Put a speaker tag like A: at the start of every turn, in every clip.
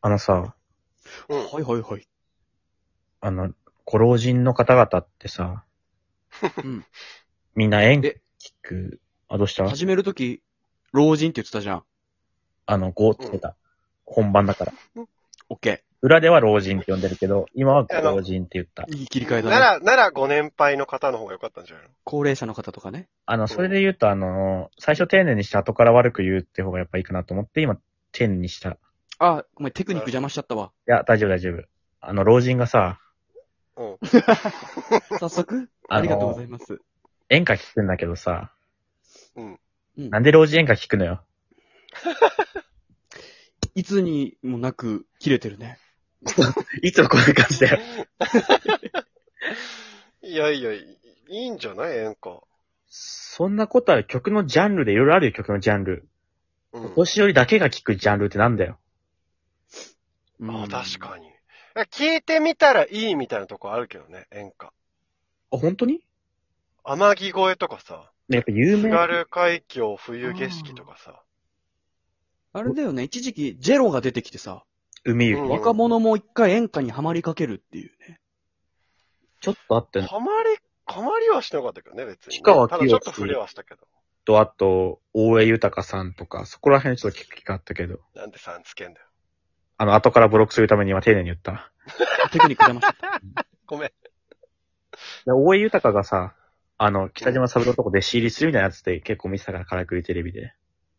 A: あのさ、
B: うん。
C: はいはいはい。
A: あの、ご老人の方々ってさ、
C: うん。
A: みんな演劇
C: え、
A: あ、どうした
C: 始めるとき、老人って言ってたじゃん。
A: あの、5つけた。本番だから。
C: オッケ
A: 裏では老人って呼んでるけど、今はご老人って言った。
C: ー。いい切り替え
B: な
C: だ
B: ら、
C: ね。
B: ならご年配の方の方が良かったんじゃないの
C: 高齢者の方とかね。
A: あの、それで言うと、あの、最初丁寧にして後から悪く言うって方がやっぱいいかなと思って、今、丁寧にした。い
C: あ、お前テクニック邪魔しちゃったわ。
A: や、大丈夫大丈夫。あの、老人がさ、
B: うん。
C: 早速
A: あの
C: ありがとうございます。
A: 演歌聞くんだけどさ、
C: うん
A: な。んで老人演歌聞くのよ。
C: いつにもなく切れてるね。
A: いつもこういう感じだよ。
B: いやいや、いいんじゃない演歌。
A: そんなことある曲のジャンルでいろいろあるよ、曲のジャンル。
B: うん。
A: お年寄りだけが聞くジャンルってなんだよ。
B: あ、確かに。聞いてみたらいいみたいなとこあるけどね、演歌。
C: に。あ、本当に
B: 天城越えとかさ、
A: ねやっぱ有
B: 津
A: 名。
B: 軽海峡冬景色とかさ。
C: あれだよね。一時期、ジェロが出てきてさ、
A: 海ゆき
B: うん
C: 若者も一回演歌にはまりかけるっていうね。
A: ちょっとあってん
B: はまり、はまりはしなかったけどね、別に、ね。
A: 氷川
B: た
A: きよ
B: だ
A: し
B: ちょっと触れはしたけど。
A: と、あと、大江豊さんとか、そこら辺ちょっと聞く気があったけど。
B: なんでさんつけんだよ。
A: あの、後からブロックするために今丁寧に言った。
C: テクニック邪魔しちゃった。
B: ごめん。
A: で大江豊がさ、あの、北島三郎とこ弟子入りするみたいなやつで結構見てたから、からくりテレビで。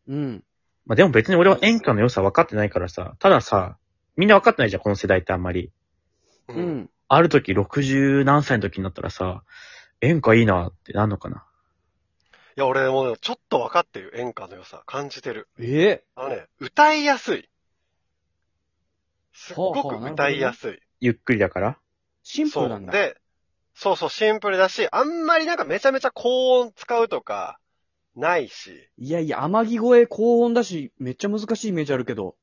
C: うん。
A: まあでも別に俺は演歌の良さ分かってないからさ、たださ、みんな分かってないじゃん、この世代ってあんまり。
B: う
C: う。ん。
A: ある時、60何歳の時になったらさ、演歌いいなってなんのかな。
B: いや、俺もうちょっと分かってる、演歌の良さ。感じてる。
C: ええ
B: あのね、歌いやすい。すっご
C: ほうほう
B: く歌いやすい。
A: ゆっくりだから。
C: シンプル
B: そ
C: なん
B: う。
C: だ。
B: で、そうそう、シンプルだし、あんまりなんかめちゃめちゃ高音使うとか、ないし、
C: いやいや、天城越え高音だし、めっちゃ難しいイメージあるけど。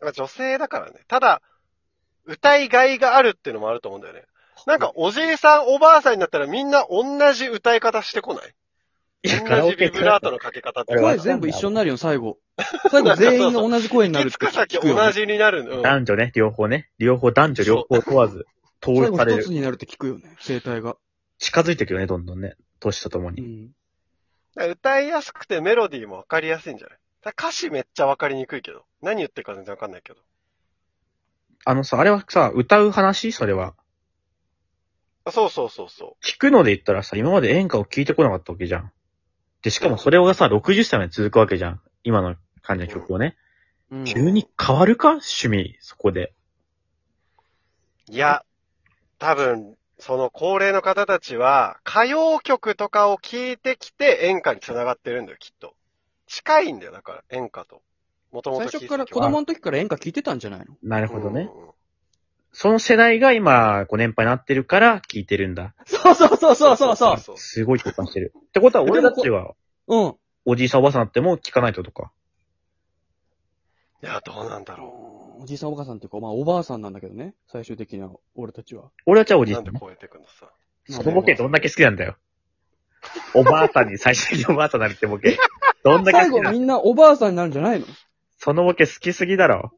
B: まあ女性だからね。ただ、歌いがいがあるっていうのもあると思うんだよね。なんか、おじいさん、おばあさんになったらみんな同じ歌い方してこない
A: い
B: 同じビブラートのかけ方っ
A: こ
B: て。
A: れは
C: 声全部一緒になるよ、最後。最後全員が同じ声になる
B: 行
C: っ
B: き
C: て
B: 着く先
C: 聞くよね
B: 同じになる。うん
A: 男女ね、両方ね。両方、男女両方問わず、統
C: 最
A: 一
C: 後
A: され
C: 一つ
A: る。
C: になるって聞くよね、声帯が。
A: 近づいてくるよね、どんどんね。年ととも
C: う
A: に。
C: ん。
B: 歌いやすくてメロディーもわかりやすいんじゃないだから歌詞めっちゃわかりにくいけど。何言ってるか全然わかんないけど。
A: あのさ、あれはさ、歌う話それは。
B: あそうそうそうそ
A: 聞くので言ったらさ、今まで演歌を聞いてこなかったわけじゃん。で、しかもそれがさ、60歳まで続くわけじゃん。今の感じの曲をね。
C: うん
A: 急に変わるか趣味、そこで。
B: う。いや、多分、その高齢の方たちは、歌謡曲とかを聴いてきて演歌に繋がってるんだよ、きっと。近いんだよ、だから、演歌と。もともと聴い
C: 最初
B: てた
C: から、
B: 曲
C: 子
B: は
C: 供の時から演歌聞いてたんじゃないの
A: なるほどね。。
B: うん
A: その世代が今、ご年配になってるから聞いてるんだ。
C: そうそうそうそうそうそう。
B: そう。
A: すごい共感してる。ってことは、俺たちは、
C: うん。
A: おじいさんおばあさんになっても聞かないととか。
B: いや、どうなんだろ
C: おじいさんおばあさんっていうか、まあおばあさんなんだけどね、最終的には、俺たちは。
A: 俺たちはお
B: う。
A: じい
B: な
A: さん
B: んで。超えてくのさ。
A: そのボケどんだけ好きなんだよ。おばあさんに、最終的におばあさんになるってボケ。どんだけ
C: 最
A: 好き
C: 後
A: な
C: み
A: の
C: んなおばあさんになるんじゃないの
A: そのボケ好きすぎだろ。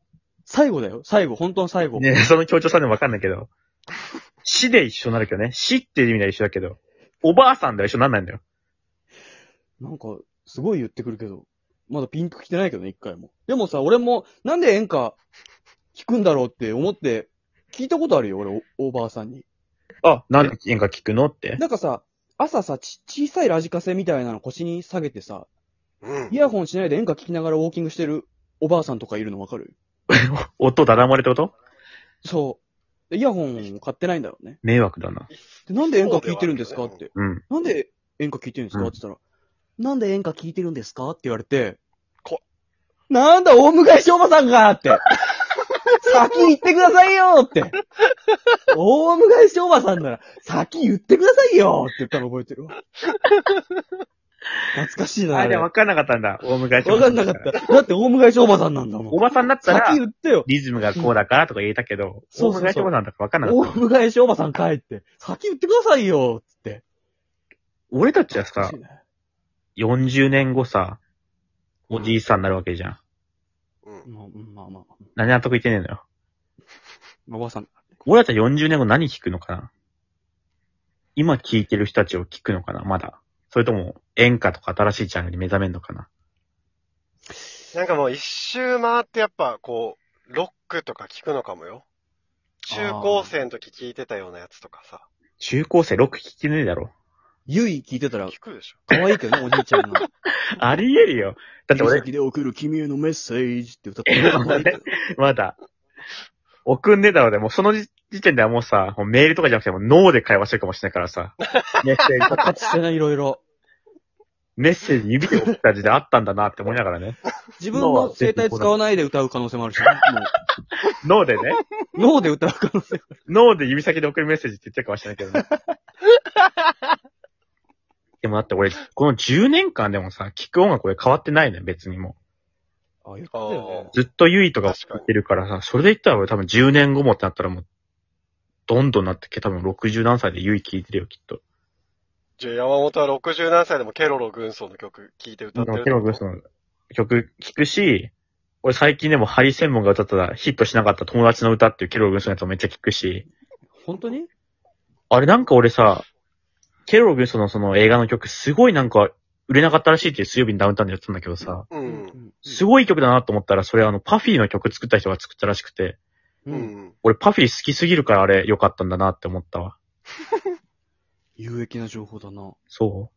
C: 最後だよ、最後、本当の最後。
A: ねその強調さんでもわかんないけど。死で一緒になるけどね。死っていう意味では一緒だけど。おばあさんでは一緒になんないんだよ。
C: なんか、すごい言ってくるけど、まだピンと来てないけどね、一回も。でもさ、俺も、なんで演歌聞くんだろうって思って、聞いたことあるよ、俺、おおばあさんに。
A: あ、なんで演歌聞くのって。
C: なんかさ、朝さ、ち、小さいラジカセみたいなの腰に下げてさ、
B: うん
C: イ。ヤホンしないで演歌聞きながらウォーキングしてるおばあさんとかいるのわかる
A: 音だだ漏れってこと
C: そう。でイヤホンを買ってないんだろうね。
A: 迷惑だな。
C: で、なんで演歌聞いてるんですか
B: そう
C: っ
B: だよ
C: て。
A: うん。
C: なんで演歌聞いてるんですか
A: うん
C: って言ったら、なんで演歌聞いてるんですかって言われて、
B: こ
C: なんだ、大向井翔馬さん がって。先言ってくださいよって。大向井翔馬さんなら、先言ってくださいよって言ったの覚 えてるわ。懐かしいな。
A: あ、
C: あ
A: じ
C: れ
A: ゃあ分かんなかったんだ。大昔。
C: わかんなかっ。た。だって、大向井翔馬さんなんだ
A: お
C: もん。
A: ばさんになったら
C: 先、言ってよ。
A: リズムがこうだからとか言えたけど、
C: そ
A: 大
C: うそうそう
A: 村翔馬さんとか分かんなか
C: 大
A: った。
C: 向井翔馬さん帰って。先言ってくださいよつって。
A: 俺たちは
C: 懐
A: さ
C: かし、いね
A: 40年後さ、おじいさんになるわけじゃん。
B: うん。
C: まあまあまあまあ。
A: 何納得いってねえのよ。
D: まあおばあさん、
A: 俺たちは40年後何聞くのかな今聞いてる人たちを聞くのかなまだ。それとも演歌とか新しいジャンルに目覚めるのかな
B: なんかもう一周回ってやっぱこう、ロックとか聞くのかもよ。中高生の時聞いてたようなやつとかさ。
A: 中高生ロック聞きねえだろ。
C: ゆい聞いてたら、
B: 聞くでしょ。
C: 可愛いけ どね、おじいちゃんが。
A: ありえるよ。だって
C: 指
A: 俺、
C: 先で送る君へのメッセージって歌ってる。可愛いけど
A: まだ、送んねえだろうね。もうその時時点ではもうさ、もうメールとかじゃなくてもう脳で会話してるかもしれないからさ。メッセージ、
C: 発達してない、いろいろ。
A: メッセージ指で送った時代あったんだなって思いながらね。
C: 自分の声帯使わないで歌う可能性もあるし、ね、
A: 脳でね、
C: もう脳で歌う可能性。
A: 脳で指先で送るメッセージって言ってるかもしれないけどね。 でもだって俺、この10年間でもさ、聞く音楽俺変わってないね、別にも
C: あ、言った
B: よ
C: よ
B: ね
C: ね。
A: う。ずっとユイとか聞いてるからさ、それで言ったら俺多分10年後もってなったらもう、どんどんなってけ、多分60何歳でユイ聞いてるよ、きっと。
B: じゃあ山本は60何歳でもケロロ軍曹の曲聞いて歌ってるって
A: ケロ
B: こ
A: グ
B: と。
A: その曲聞くし、俺最近でもハリセンボンが歌ったらヒットしなかった友達の歌っていうケログソのやつもめっちゃ聞くし、
C: 本当に
A: あれなんか俺さ、ケログソのその映画の曲すごいなんか売れなかったらしいっていう水曜日にダウンタウンでやってたんだけどさ、
B: う。
C: うん
A: すごい曲だなと思ったらそれあのパフィーの曲作った人が作ったらしくて、
B: う
C: うん。
B: ん。
A: 俺パフィー好きすぎるからあれ良かったんだなって思ったわ。
C: 有益な情報だな。
A: そう。